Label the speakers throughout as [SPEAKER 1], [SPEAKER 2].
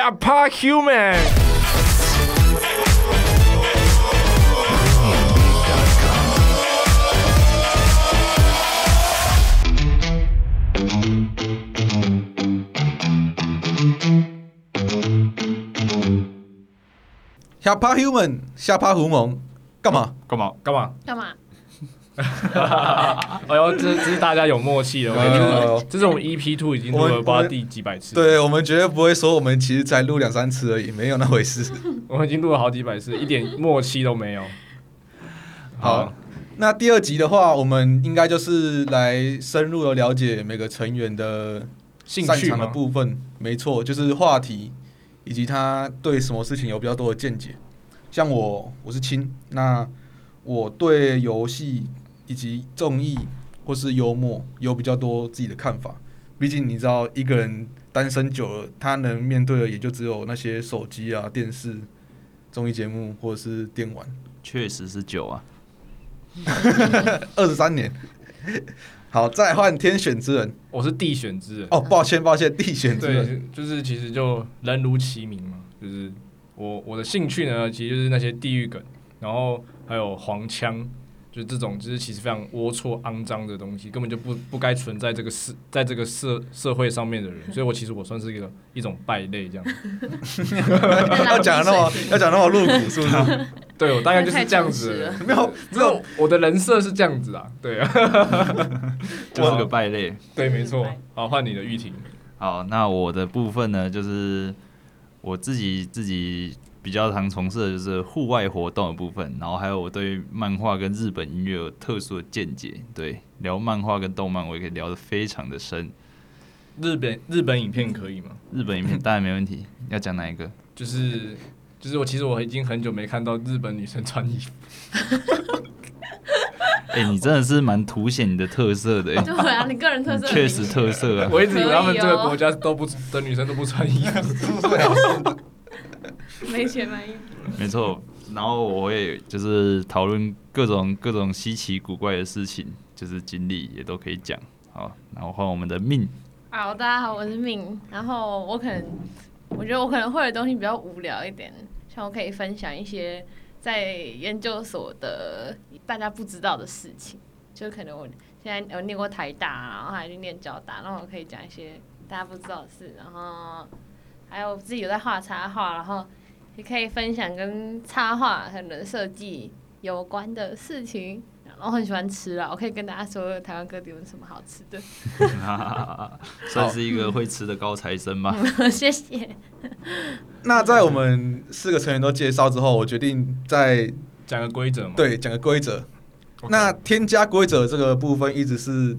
[SPEAKER 1] Hipa Human。
[SPEAKER 2] 下趴 human，下趴胡蒙，干嘛？
[SPEAKER 3] 干嘛？
[SPEAKER 1] 干嘛？
[SPEAKER 4] 干嘛？
[SPEAKER 1] 哎呦，这这是大家有默契 的，我跟你
[SPEAKER 2] 呃
[SPEAKER 1] 说，这是我们 EP Two 已经录
[SPEAKER 2] 我
[SPEAKER 1] 了
[SPEAKER 2] 们
[SPEAKER 1] 不知道第几百次，，
[SPEAKER 2] 对我们绝对不会说我们其实才录两三次而已，没有那回事。
[SPEAKER 1] 我们已经录了好几百次，一点默契都没有。
[SPEAKER 2] 好，那第二集的话，我们应该就是来深入的了解每个成员的
[SPEAKER 1] 兴
[SPEAKER 2] 擅
[SPEAKER 1] 趣
[SPEAKER 2] 长的
[SPEAKER 1] 吗？
[SPEAKER 2] 部分。没错，就是话题以及他对什么事情有比较多的见解。像我，我是亲，那我对游戏以及综艺或是幽默有比较多自己的看法。毕竟你知道，一个人单身久了，他能面对的也就只有那些手机啊、电视、综艺节目或者是电玩。
[SPEAKER 3] 确实是酒啊。
[SPEAKER 2] 二十三年。 好，再换天选之人
[SPEAKER 1] 我是地选之人，
[SPEAKER 2] 哦，抱歉抱歉，地选之人
[SPEAKER 1] 对，就是其实就人如其名嘛，就是我我的兴趣呢，其实就是那些地狱梗，然后还有黄腔，就是这种就是其实非常龌龊肮脏的东西，根本就不不该存在这个社在这个社社会上面的 人，所以我其实我算是一个一种败类这样。
[SPEAKER 2] 要讲得那么要讲得那么露骨是不是？
[SPEAKER 1] 对我大概就是
[SPEAKER 4] 太
[SPEAKER 1] 这样
[SPEAKER 4] 诚实
[SPEAKER 1] 子的人，
[SPEAKER 2] 没 有
[SPEAKER 1] 没有，我的人设是这样子啊，对 啊，
[SPEAKER 4] 啊
[SPEAKER 3] 就是个败类。
[SPEAKER 1] 对，没错。好，换你的玉婷，
[SPEAKER 3] 好，那我的部分呢，就是我自己自己比较常从事的就是户外活动的部分，然后还有我对漫画跟日本音乐有特殊的见解。对，聊漫画跟动漫，我也可以聊得非常的深。
[SPEAKER 1] 日本日本影片可以吗？
[SPEAKER 3] 日本影片当然没 问题，要讲哪一个？
[SPEAKER 1] 就是就是我其实我已经很久没看到日本女生穿衣服，
[SPEAKER 3] 哎、你真的是蛮凸显你的特色的、欸，
[SPEAKER 4] 对啊，你个人特色
[SPEAKER 3] 确实特色啊。
[SPEAKER 1] 我一直以为他们
[SPEAKER 4] 可以
[SPEAKER 1] 这
[SPEAKER 4] 哦
[SPEAKER 1] 个国家都不的女生都不穿衣服。
[SPEAKER 4] 没钱买衣服。
[SPEAKER 3] 没错，然后我也就是讨论各种各种稀奇古怪的事情，就是经历也都可以讲。好，然后换我们的 命，
[SPEAKER 4] 好，大家好，我是敏。然后我可能，我觉得我可能会的东西比较无聊一点，像我可以分享一些在研究所的大家不知道的事情，就可能我现在有念过台大啊，然后还去念交大，然后我可以讲一些大家不知道的事，然后还有自己有在画插画，然后也可以分享跟插画可能设计有关的事情。然后我很喜欢吃啊，我可以跟大家说台湾各地有什么好吃的。
[SPEAKER 3] 算是一个会吃的高材生吧。
[SPEAKER 4] 谢谢。
[SPEAKER 2] 那在我们四个成员都介绍之后，我决定再
[SPEAKER 1] 讲个规则嘛，
[SPEAKER 2] 对讲个规则。
[SPEAKER 1] OK，
[SPEAKER 2] 那添加规则这个部分一直是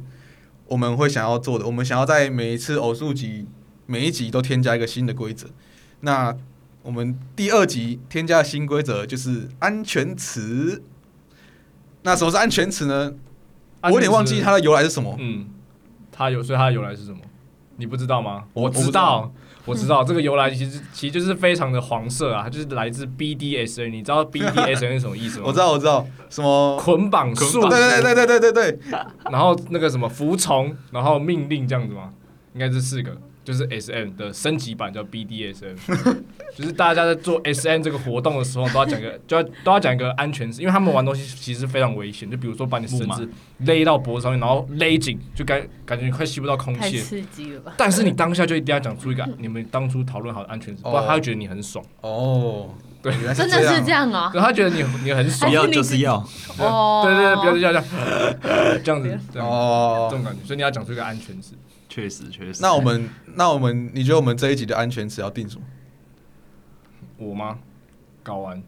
[SPEAKER 2] 我们会想要做的，我们想要在每一次偶数集每一集都添加一个新的规则。那我们第二集添加的新规则就是安全词。那什么是安全词呢？我有点忘记它的由来是什么。
[SPEAKER 1] 嗯，它有，所以它的由来是什么？你不知道吗？
[SPEAKER 2] 我
[SPEAKER 1] 知
[SPEAKER 2] 我不知道
[SPEAKER 1] 道，我知道这个由来其实其实就是非常的黄色啊，它就是来自 BDSN。你知道 BDSN 是什么意思吗？
[SPEAKER 2] 我知道，我知道，什么？
[SPEAKER 1] 捆绑术，
[SPEAKER 2] 对对对对对对对，
[SPEAKER 1] 然后那个什么服从，然后命令这样子吗？应该这四个，就是 S M 的升级版叫 B D S M，就是 大家在做 S M 这个活动的时候都要讲一个，就要都要讲一个安全词，因为他们玩东西其实非常危险，就比如说把你绳
[SPEAKER 3] 木马
[SPEAKER 1] 子勒到脖子上面，然后勒紧，就感感觉你快吸不到空
[SPEAKER 4] 太
[SPEAKER 1] 气了。
[SPEAKER 4] 刺激了吧！
[SPEAKER 1] 但是你当下就一定要讲出一个你们当初讨论好的安全词，不然
[SPEAKER 2] 哦
[SPEAKER 1] 他会觉得你很爽，
[SPEAKER 2] 哦，
[SPEAKER 1] 对
[SPEAKER 2] 原来
[SPEAKER 4] 真的是这
[SPEAKER 2] 样。
[SPEAKER 4] 样哦、
[SPEAKER 1] 对他觉得你你很爽
[SPEAKER 3] 不，要就是要，
[SPEAKER 4] 哦，
[SPEAKER 1] 对对对，不要这样这样这样子，这样这
[SPEAKER 2] 哦，
[SPEAKER 1] 种感觉，所以你要讲出一个安全词。
[SPEAKER 3] 确实确 实。
[SPEAKER 2] 那我们那我们，你觉得我们这一集的安全词要定什么？
[SPEAKER 1] 我吗？睾丸。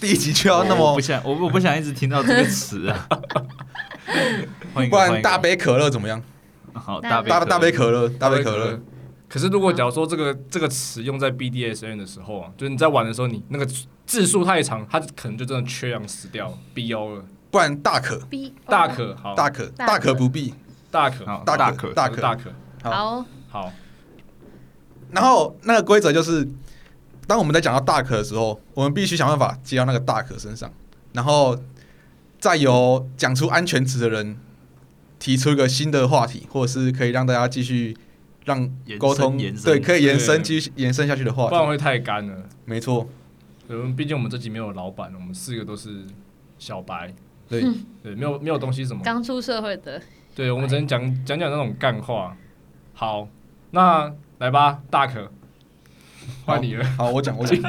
[SPEAKER 2] 第一集就要那
[SPEAKER 3] 我
[SPEAKER 2] 么
[SPEAKER 3] 不，想，我我不想一直听到这个词 啊。换一
[SPEAKER 2] 不
[SPEAKER 3] 个换
[SPEAKER 2] 然
[SPEAKER 3] 一个
[SPEAKER 2] 大杯可乐怎么样？
[SPEAKER 3] 好
[SPEAKER 4] 大
[SPEAKER 3] 大杯
[SPEAKER 4] 杯
[SPEAKER 2] 大大杯
[SPEAKER 3] 可
[SPEAKER 2] 可乐，大杯可乐。。
[SPEAKER 1] 可是如果假如说这个这个词用在 BDSN 的时候啊，就是你在玩的时候，你那个字数太长，它可能就真的缺氧死掉了，BO 了。
[SPEAKER 2] 不然大可
[SPEAKER 4] B 哦
[SPEAKER 1] 大可好，
[SPEAKER 2] 哦大可
[SPEAKER 4] 大可
[SPEAKER 2] 大可不必。
[SPEAKER 1] 大可
[SPEAKER 3] 好
[SPEAKER 2] 大
[SPEAKER 3] 大
[SPEAKER 2] 可
[SPEAKER 3] 可
[SPEAKER 2] 大
[SPEAKER 1] 可
[SPEAKER 2] 可
[SPEAKER 1] 大可
[SPEAKER 4] 好，
[SPEAKER 1] 好，
[SPEAKER 2] 然后那个规则就是，当我们在讲到大可的时候，我们必须想办法接到那个大可身上，然后再由讲出安全词的人提出一个新的话题，或者是可以让大家继续让
[SPEAKER 3] 延
[SPEAKER 2] 沟
[SPEAKER 3] 伸
[SPEAKER 2] 通
[SPEAKER 3] 延伸
[SPEAKER 2] 对可以延伸
[SPEAKER 1] 对
[SPEAKER 2] 继续延伸下去的话
[SPEAKER 1] 不然
[SPEAKER 2] 题，
[SPEAKER 1] 会太干了。
[SPEAKER 2] 没错，
[SPEAKER 1] 对，我们毕竟我们这集没有老板，我们四个都是小白，
[SPEAKER 2] 对，
[SPEAKER 1] 对，没有没有东西什么。
[SPEAKER 4] 刚出社会的，
[SPEAKER 1] 对，我们只能讲讲讲那种干话。好，那来吧，大可，换你了。
[SPEAKER 2] 好，我讲我讲，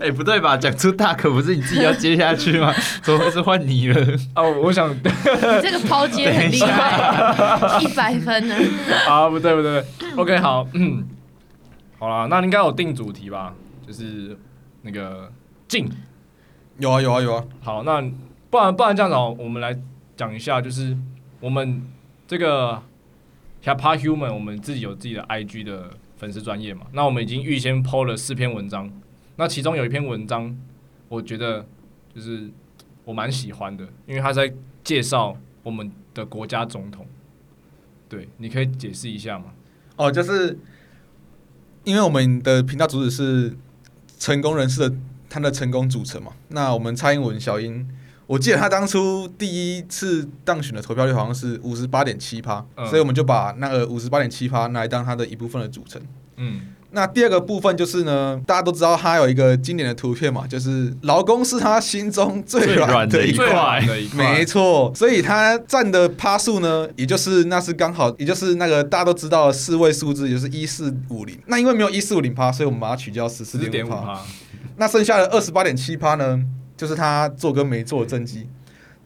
[SPEAKER 3] 哎、不对吧？讲出大可不是你自己要接下去吗？ 怎么会是换你了？
[SPEAKER 1] 哦，我想
[SPEAKER 4] 你这个抛接很厉害，一百分呢。
[SPEAKER 1] 啊，不对不对不对，OK，好，嗯，好啦，那应该有定主题吧？就是那个静。
[SPEAKER 2] 有啊有啊有啊，
[SPEAKER 1] 好，那不然不然这样子哦，我们来讲一下，就是我们这个 Hapa Human，我们自己有自己的 IG 的粉丝专业嘛。那我们已经预先 PO 了四篇文章，那其中有一篇文章，我觉得就是我蛮喜欢的，因为他在介绍我们的国家总统。对，你可以解释一下吗？
[SPEAKER 2] 哦，就是因为我们的频道主旨是成功人士的他的成功组成嘛。那我们蔡英文、小英，我记得他当初第一次当选的投票率好像是五十八点七趴，
[SPEAKER 1] 嗯
[SPEAKER 2] 所以我们就把那个五十八点七趴拿来当它的一部分的组成。
[SPEAKER 1] 嗯，
[SPEAKER 2] 那第二个部分就是呢，大家都知道他有一个经典的图片嘛，就是劳工是他心中最
[SPEAKER 3] 最
[SPEAKER 2] 软
[SPEAKER 3] 软的
[SPEAKER 2] 的 一
[SPEAKER 3] 一
[SPEAKER 2] 块
[SPEAKER 1] 最
[SPEAKER 3] 块
[SPEAKER 1] 软的一块
[SPEAKER 2] 没，错，所以他占的趴数呢，也就是那是刚好，也就是那个大家都知道的四位数字，也就是一四五零。那因为没有一四五零趴，所以我们把它取消十四
[SPEAKER 1] 四
[SPEAKER 2] 点
[SPEAKER 1] 点
[SPEAKER 2] 五
[SPEAKER 1] 五
[SPEAKER 2] 趴。
[SPEAKER 1] 趴，
[SPEAKER 2] 那剩下的二十八点七趴呢，就是他做跟没做的政绩。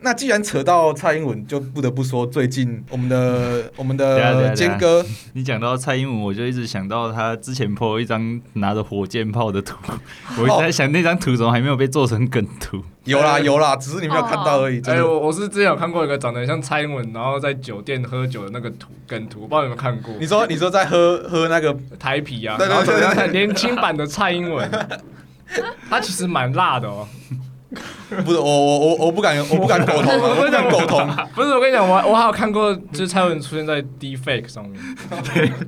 [SPEAKER 2] 那既然扯到蔡英文，就不得不说最近我们 的我们
[SPEAKER 3] 等一下等一
[SPEAKER 2] 的
[SPEAKER 3] 下
[SPEAKER 2] 坚哥，
[SPEAKER 3] 你讲到蔡英文，我就一直想到他之前 po 一张拿着火箭炮的图，我一直在想那张图怎么还没有被做成梗图？
[SPEAKER 2] 有啦有啦，只是你没有看到而已。
[SPEAKER 1] 哎、
[SPEAKER 2] 真的
[SPEAKER 1] 我我是之前有看过一个长得很像蔡英文，然后在酒店喝酒的那个图梗图，不知道有没有看过？
[SPEAKER 2] 你说你说在喝喝那个
[SPEAKER 1] 台啤啊，
[SPEAKER 2] 对对
[SPEAKER 1] 然后
[SPEAKER 2] 对对
[SPEAKER 1] 长得很年轻版的蔡英文， 他其实蛮辣的哦。
[SPEAKER 2] 不是我我我我不敢我不敢苟同啊，我不敢苟同。
[SPEAKER 1] 不是我跟你讲，我我还有看过，就是蔡英文出现在 D Fake 上面，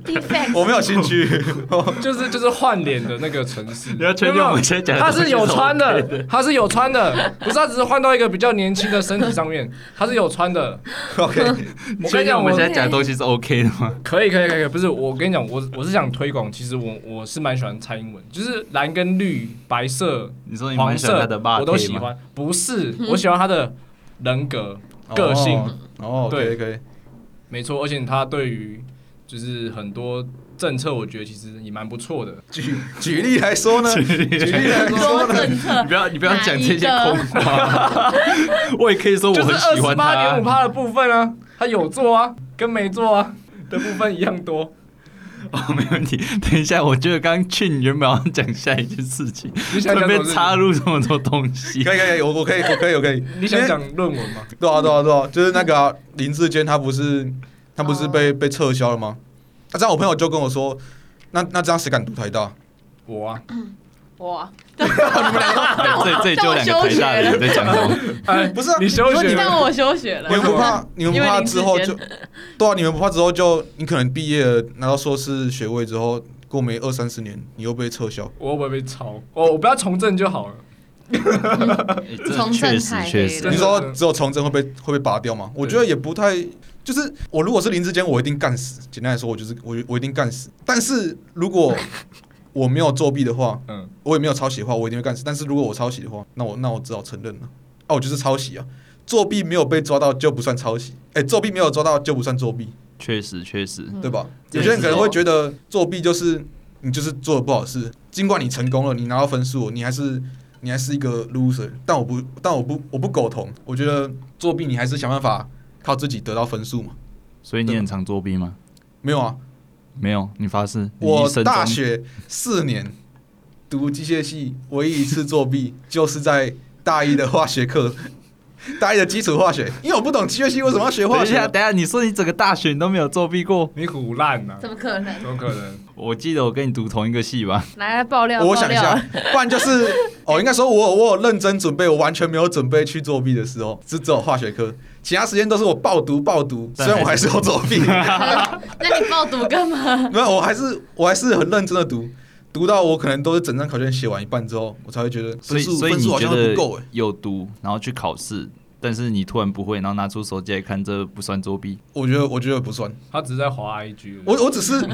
[SPEAKER 4] defect
[SPEAKER 2] 我没有兴 趣，哦
[SPEAKER 1] 就是就是换脸的那个城市。
[SPEAKER 3] 你要确定我们现在讲的
[SPEAKER 1] 他
[SPEAKER 3] 东西
[SPEAKER 1] 是有穿
[SPEAKER 3] 是 OK
[SPEAKER 1] 的，他是有穿的，不是他只是换到一个比较年轻的身体上面，他是有穿的。
[SPEAKER 2] OK，
[SPEAKER 1] 我跟你讲，
[SPEAKER 3] 我
[SPEAKER 1] 我
[SPEAKER 3] 们现在讲的东西是 OK 的吗？
[SPEAKER 1] 可以可以可以可以，不是我跟你讲，我我是想推广，其实我我是蛮喜欢蔡英文，就是蓝跟绿、白色、
[SPEAKER 3] 你说你
[SPEAKER 1] 黄
[SPEAKER 3] 蛮喜欢
[SPEAKER 1] 色，
[SPEAKER 3] 他的霸
[SPEAKER 1] 我都喜欢。不是，我喜欢他的人格、
[SPEAKER 3] 嗯
[SPEAKER 1] 个性，
[SPEAKER 2] 哦，可以可以，
[SPEAKER 1] 没错，而且他对于就是很多政策，我觉得其实也蛮不错的。
[SPEAKER 2] 举举例来说呢， 举例来说
[SPEAKER 4] 多
[SPEAKER 2] 呢，
[SPEAKER 4] 政策
[SPEAKER 3] 你不要你不要
[SPEAKER 4] 哪一
[SPEAKER 3] 讲这些
[SPEAKER 4] 个
[SPEAKER 3] 空话， 我也可以说我
[SPEAKER 1] 哦就是
[SPEAKER 3] 很
[SPEAKER 1] 二
[SPEAKER 3] 喜
[SPEAKER 1] 十
[SPEAKER 3] 欢
[SPEAKER 1] 八点
[SPEAKER 3] 他
[SPEAKER 1] 五。趴的部分啊，他有做啊，跟没做啊的部分一样 多。
[SPEAKER 3] 哦，没问题。等一下，我觉得刚刚俊原本要讲下一件事情，
[SPEAKER 1] 你想
[SPEAKER 3] 顺
[SPEAKER 1] 讲什
[SPEAKER 3] 便
[SPEAKER 1] 么事
[SPEAKER 3] 插入这么多东西。
[SPEAKER 2] 可以可以，我我可以我可以我可以，
[SPEAKER 1] 你想讲论文吗？
[SPEAKER 2] 对啊对啊对啊，就是那个啊林志坚他不是他不是被被撤销了吗？那这样我朋友就跟我说，那那这样谁敢读台大？
[SPEAKER 1] 我 啊，
[SPEAKER 4] 哇，
[SPEAKER 3] 哎这这里就有两个台大的人在讲什么？
[SPEAKER 1] 哎，
[SPEAKER 2] 不是啊
[SPEAKER 1] 你休
[SPEAKER 2] 因为
[SPEAKER 1] 学
[SPEAKER 2] 你
[SPEAKER 1] 了
[SPEAKER 4] 但我休学了
[SPEAKER 2] 你。们不怕你们不怕之后
[SPEAKER 4] 因为林
[SPEAKER 2] 就
[SPEAKER 4] 志
[SPEAKER 2] 对啊，你们不怕之后就你可能毕业了拿到硕士学位之后，过没二三十年你又被撤销。
[SPEAKER 1] 我会不会被抄？哦我我不要从政就好了。
[SPEAKER 3] 哎真的
[SPEAKER 4] 从
[SPEAKER 3] 确
[SPEAKER 4] 政
[SPEAKER 3] 实
[SPEAKER 4] 太黑
[SPEAKER 3] 确
[SPEAKER 4] 了
[SPEAKER 3] 实
[SPEAKER 1] 对
[SPEAKER 2] 你，说只有从政会被会被拔掉吗？我觉得也不太，就是我如果是林志坚，我一定干死。简单来说，我就是我我一定干死。但是 如果我没有作弊的话，
[SPEAKER 1] 嗯，
[SPEAKER 2] 我也没有抄袭的话，我一定会干死。但是如果我抄袭的话，那我那我只好承认了。哦、我就是抄袭啊！作弊没有被抓到就不算抄袭，哎、作弊没有抓到就不算作弊，
[SPEAKER 3] 确实确实。
[SPEAKER 2] 对吧？
[SPEAKER 3] 对
[SPEAKER 2] 有些人可能会觉得作弊就是你就是做的不好的事，尽管你成功了，你拿到分数，你还是你还是一个 loser。但我不，但我不，我不苟同。我觉得作弊你还是想办法靠自己得到分数嘛。
[SPEAKER 3] 所以你很常作弊吗？
[SPEAKER 2] 没有啊，
[SPEAKER 3] 没有，你发誓。你一
[SPEAKER 2] 我
[SPEAKER 3] 生中
[SPEAKER 2] 大学四年读机械系，唯一一次作弊就是在大一的化学课， 大一的基础化学，因为我不懂机械系为什么要学啊
[SPEAKER 3] 等
[SPEAKER 2] 化
[SPEAKER 3] 一下，
[SPEAKER 2] 学。
[SPEAKER 3] 等一下，你说你整个大学你都没有作弊过？
[SPEAKER 1] 你胡烂呐
[SPEAKER 4] 怎？么可能
[SPEAKER 1] 怎？么可能？
[SPEAKER 3] 我记得我跟你读同一个系吧？
[SPEAKER 4] 来来爆料，
[SPEAKER 2] 我
[SPEAKER 4] 爆
[SPEAKER 2] 想一
[SPEAKER 4] 料
[SPEAKER 2] 下，不然就是哦，应该说我有我有认真准备，我完全没有准备去作弊的时候，只只有化学科，其他时间都是我暴读暴读，虽
[SPEAKER 3] 但
[SPEAKER 2] 然我还
[SPEAKER 3] 还
[SPEAKER 2] 是
[SPEAKER 3] 是
[SPEAKER 2] 有作 弊，
[SPEAKER 4] 那你爆赌干嘛？
[SPEAKER 2] 没有，我还是我还是很认真的读，读到我可能都是整张考卷写完一半之后，我才会觉得
[SPEAKER 3] 所
[SPEAKER 2] 分
[SPEAKER 3] 以
[SPEAKER 2] 数
[SPEAKER 3] 所以
[SPEAKER 2] 分
[SPEAKER 3] 你
[SPEAKER 2] 数好
[SPEAKER 3] 觉
[SPEAKER 2] 像都
[SPEAKER 3] 得
[SPEAKER 2] 不够哎、
[SPEAKER 3] 有读，然后去考试，但是你突然不会，然后拿出手机来看，这不算作弊。
[SPEAKER 2] 我觉得我觉得不算。
[SPEAKER 1] 他只是在滑 IG 而已。
[SPEAKER 2] 我我只是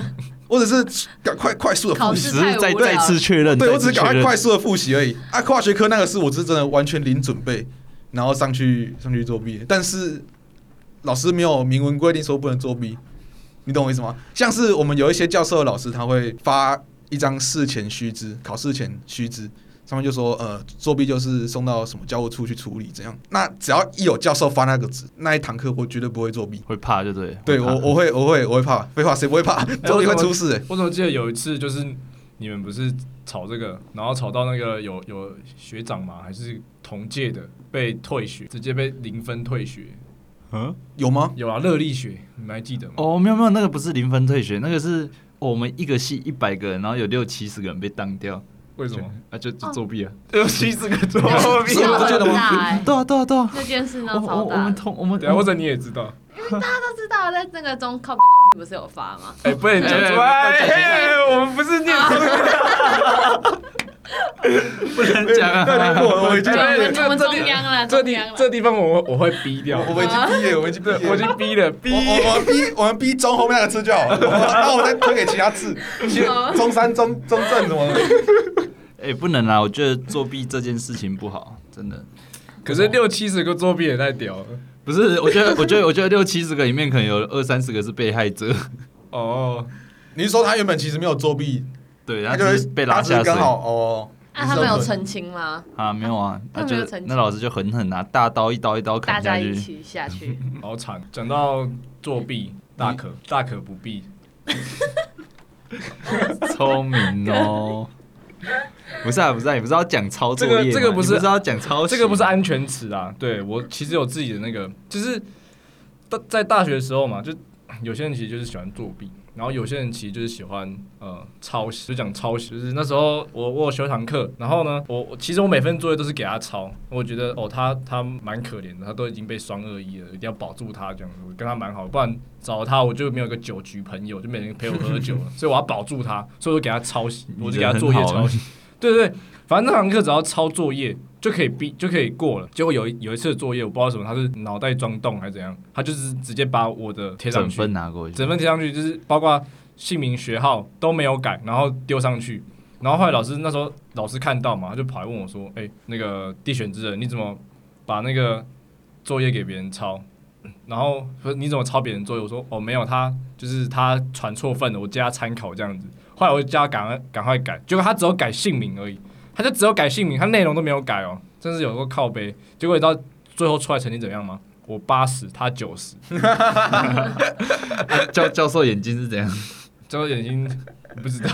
[SPEAKER 2] 我只是赶快快速的复
[SPEAKER 4] 考
[SPEAKER 2] 习
[SPEAKER 4] 试
[SPEAKER 3] 只，是再
[SPEAKER 4] 太无聊了
[SPEAKER 3] 再次确认，
[SPEAKER 2] 对我
[SPEAKER 3] 再
[SPEAKER 2] 只是
[SPEAKER 3] 次
[SPEAKER 2] 赶
[SPEAKER 3] 确
[SPEAKER 2] 快
[SPEAKER 3] 认
[SPEAKER 2] 快速的复习而已。啊，化学科那个是我是真的完全零准备，然后上去上去作弊，但是老师没有明文规定说不能作弊，你懂我意思吗？像是我们有一些教授的老师，他会发一张事前须知，考试前须知。上面就说，呃，作弊就是送到什么教务处去处理，怎样？那只要一有教授发那个纸，那一堂课我绝对不会作弊。
[SPEAKER 3] 会怕，就对，
[SPEAKER 2] 对我，
[SPEAKER 3] 怕
[SPEAKER 2] 我会，我会，我会怕。废话，谁不会怕？作弊会出事、欸。
[SPEAKER 1] 我怎么记得有一次就是你们不是吵这个，然后吵到那个有有学长嘛，还是同届的被退学，直接被零分退学。
[SPEAKER 3] 嗯，
[SPEAKER 2] 有吗？
[SPEAKER 1] 有啊，热力学，你们还记得吗？
[SPEAKER 3] 哦，没有没有，那个不是零分退学，那个是、哦我们一个系一百个人，然后有六七十个人被当掉，
[SPEAKER 1] 为什么？
[SPEAKER 3] 啊，就就作弊啊，
[SPEAKER 1] 有七十个作
[SPEAKER 2] 是我不觉得吗
[SPEAKER 4] 大哎，
[SPEAKER 3] 对啊对啊对啊，
[SPEAKER 4] 这件事闹
[SPEAKER 3] 我我
[SPEAKER 4] 超
[SPEAKER 3] 我
[SPEAKER 4] 大
[SPEAKER 3] 们
[SPEAKER 4] 的。
[SPEAKER 3] 同我 们
[SPEAKER 1] 对啊，或者你也知道。
[SPEAKER 4] 大家都知道，在那个中靠北东西不是有发吗？
[SPEAKER 1] 哎，不能讲出
[SPEAKER 3] 哎哎
[SPEAKER 1] 来，我们不是
[SPEAKER 4] 啊
[SPEAKER 1] 念这个。
[SPEAKER 3] 不能讲
[SPEAKER 2] 那
[SPEAKER 3] 啊，
[SPEAKER 2] 我我已经
[SPEAKER 4] 我
[SPEAKER 1] 哎
[SPEAKER 4] 们
[SPEAKER 1] 这
[SPEAKER 4] 我们
[SPEAKER 1] 这
[SPEAKER 4] 中央了，
[SPEAKER 1] 这
[SPEAKER 4] 中
[SPEAKER 1] 地
[SPEAKER 4] 央了。
[SPEAKER 1] 这地方我我会逼
[SPEAKER 4] 啊
[SPEAKER 1] 掉，
[SPEAKER 2] 我们已经毕业，我们已经毕
[SPEAKER 1] 对
[SPEAKER 2] 业，
[SPEAKER 1] 我已经逼了逼
[SPEAKER 2] 我。我我们逼我们逼中后面那个字就好了，然后我再推给其他 字，其
[SPEAKER 4] 好
[SPEAKER 2] 中山、中中正什么的。
[SPEAKER 3] 哎、不能啊，我觉得作弊这件事情不好，真的。
[SPEAKER 1] 可是六七十个作弊也太屌了。
[SPEAKER 3] 不是，我觉得， 我觉得，我觉得六七十个里面可能有二三十个是被害者，
[SPEAKER 1] 哦，
[SPEAKER 2] 你是说他原本其实没有作弊，
[SPEAKER 3] 对，
[SPEAKER 2] 他
[SPEAKER 3] 他
[SPEAKER 2] 就
[SPEAKER 3] 只
[SPEAKER 2] 是
[SPEAKER 3] 是被
[SPEAKER 2] 他
[SPEAKER 3] 拉下
[SPEAKER 2] 只
[SPEAKER 3] 水
[SPEAKER 2] 是刚好哦。
[SPEAKER 4] 啊，他们有澄清吗？
[SPEAKER 3] 啊，没有啊，
[SPEAKER 4] 他
[SPEAKER 3] 啊
[SPEAKER 4] 没
[SPEAKER 3] 就
[SPEAKER 4] 有澄清
[SPEAKER 3] 那老师就狠狠拿大刀一刀一刀
[SPEAKER 4] 大
[SPEAKER 3] 砍
[SPEAKER 4] 家
[SPEAKER 3] 下
[SPEAKER 4] 一
[SPEAKER 3] 去，
[SPEAKER 4] 起下去。
[SPEAKER 1] 好惨。讲到作弊，大可大可不必。
[SPEAKER 3] 聪 明哦。不是啊，不是啊，你不是要讲抄作业吗
[SPEAKER 1] 这个这个不是
[SPEAKER 3] 你不是要讲抄袭，
[SPEAKER 1] 这个不是安全词啊。对我其实有自己的那个，就是大在大学的时候嘛，就 有些人其实就是喜欢作弊，然后有些人其实就是喜欢呃抄袭，就讲抄袭。就是那时候我我有修堂课，然后呢，我我其实我每份作业都是给他抄，我觉得哦他他蛮可怜的，他都已经被双二一了，一定要保住他这样子，我跟他蛮好，不然找他我就没有一个酒局朋友，就没人陪我喝 酒了，所以我要保住他，所以我就给他抄袭，
[SPEAKER 3] 你
[SPEAKER 1] 我就
[SPEAKER 3] 人
[SPEAKER 1] 给他
[SPEAKER 3] 很
[SPEAKER 1] 作业
[SPEAKER 3] 好啊
[SPEAKER 1] 抄袭。对对对，反正那堂课只要抄作业就可以毕就可以过了。结果有一有一次的作业，我不知道什么，他是脑袋装洞还是怎样，他就是直接把我的贴上
[SPEAKER 3] 整
[SPEAKER 1] 去，
[SPEAKER 3] 分啊拿过去，
[SPEAKER 1] 整份贴上去就是包括姓名、学号都没有改，然后丢上去。然后后来老师那时候老师看到嘛，他就跑来问我说：“哎、那个地选之人，你怎么把那个作业给别人抄？”然后说你怎么抄别人作业？我说哦没有，他就是他传错份了，我叫他参考这样子。后来我就叫他赶快赶快改，结果他只有改姓名而已，他就只有改姓名，他内容都没有改哦，真是有个靠背。结果你知道最后出来成绩怎么样吗？我八十，他九十，
[SPEAKER 3] 教教授眼睛是怎样？
[SPEAKER 1] 最后眼睛不知道。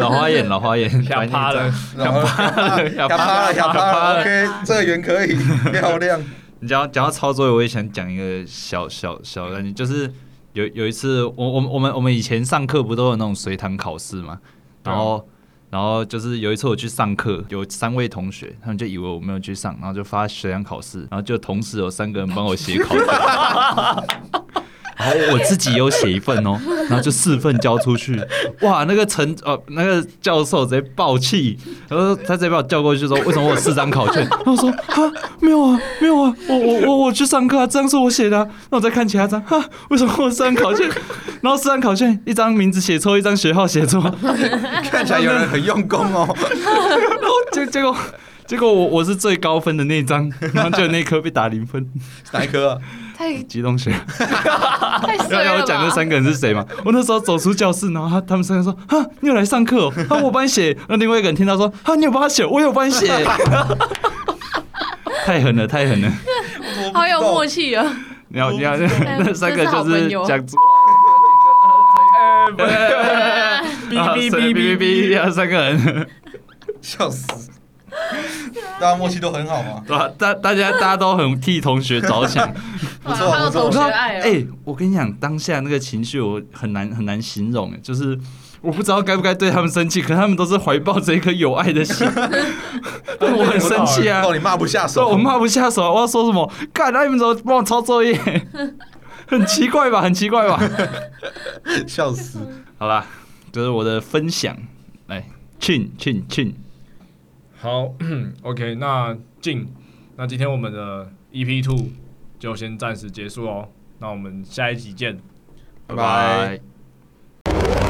[SPEAKER 3] 老花眼，老花眼，
[SPEAKER 1] 吓趴了，
[SPEAKER 2] 然后
[SPEAKER 3] 想
[SPEAKER 2] 哑巴了，哑巴了。
[SPEAKER 4] 哑巴了
[SPEAKER 2] OK，这个圆可以，漂亮。
[SPEAKER 3] 你讲讲到操作，我也想讲一个小小小的，就是有有一次，我我们我们我们以前上课不都有那种随堂考试嘛，
[SPEAKER 1] 对啊
[SPEAKER 3] 然后然后就是有一次我去上课，有三位同学，他们就以为我没有去上，然后就发随堂考试，然后就同时有三个人帮我写考卷。然后我自己有写一份哦，然后就四份交出去，哇，那个陈呃那个教授直接爆气，然后他直接把我叫过去说，为什么我有四张考卷？然后我说哈没有啊没有啊，我我我我去上课啊，这张是我写的、啊，那我再看其他张，哈为什么我有四张考卷？然后四张考卷一张名字写错，一张学号写错，
[SPEAKER 2] 看起来有人很用功哦。
[SPEAKER 3] 然后结结果结果我我是最高分的那一张，然后就那一科被打零分，
[SPEAKER 2] 哪一科啊？
[SPEAKER 4] 太
[SPEAKER 3] 激动血。
[SPEAKER 4] 太
[SPEAKER 3] 要
[SPEAKER 4] 衰
[SPEAKER 3] 要
[SPEAKER 4] 了
[SPEAKER 3] 我讲这
[SPEAKER 4] 吧！
[SPEAKER 3] 三个人是谁吗？我那时候走出教室，然后他他们三个说：“哈，你有来上课、哦？ 哈，我帮你写。”那另外一个人听到说：“哈，你有帮他写，我有帮你写。” 太狠了，太狠了！
[SPEAKER 4] 好有默契哦。
[SPEAKER 3] 你要你要
[SPEAKER 4] 哎
[SPEAKER 3] 那三个
[SPEAKER 4] 真是好
[SPEAKER 3] 就
[SPEAKER 4] 朋
[SPEAKER 3] 是
[SPEAKER 4] 友
[SPEAKER 3] 讲出
[SPEAKER 1] 哎不是
[SPEAKER 3] 啊
[SPEAKER 1] 哔哔
[SPEAKER 3] 所以
[SPEAKER 1] 哔哔
[SPEAKER 3] 哔，
[SPEAKER 1] 哔，
[SPEAKER 3] 要三个人，
[SPEAKER 2] 笑死！大家默契都很好嘛。
[SPEAKER 3] 对吧？大大家大家都很替同学着想，
[SPEAKER 2] 不
[SPEAKER 4] 哇，
[SPEAKER 2] 错
[SPEAKER 4] 好有
[SPEAKER 2] 不错
[SPEAKER 4] 同学爱
[SPEAKER 3] 哎、
[SPEAKER 4] 哦。
[SPEAKER 3] 我跟你讲，当下那个情绪我很难很难形容，欸就是我不知道该不该对他们生气，可他们都是怀抱着一颗有爱的心，但我很生气啊
[SPEAKER 2] 到，哦你骂不下
[SPEAKER 3] 所以
[SPEAKER 2] 手，
[SPEAKER 3] 我骂不下手啊，我要说什么？干，那你们怎么帮我抄作业？ 很奇怪吧，很奇怪吧？
[SPEAKER 2] 笑死。
[SPEAKER 3] 好啦，这、是我的分享，来，庆庆庆，
[SPEAKER 1] 好 ，OK，那进，那今天我们的 EP Two 就先暂时结束哦，那我们下一集见。
[SPEAKER 2] 拜拜。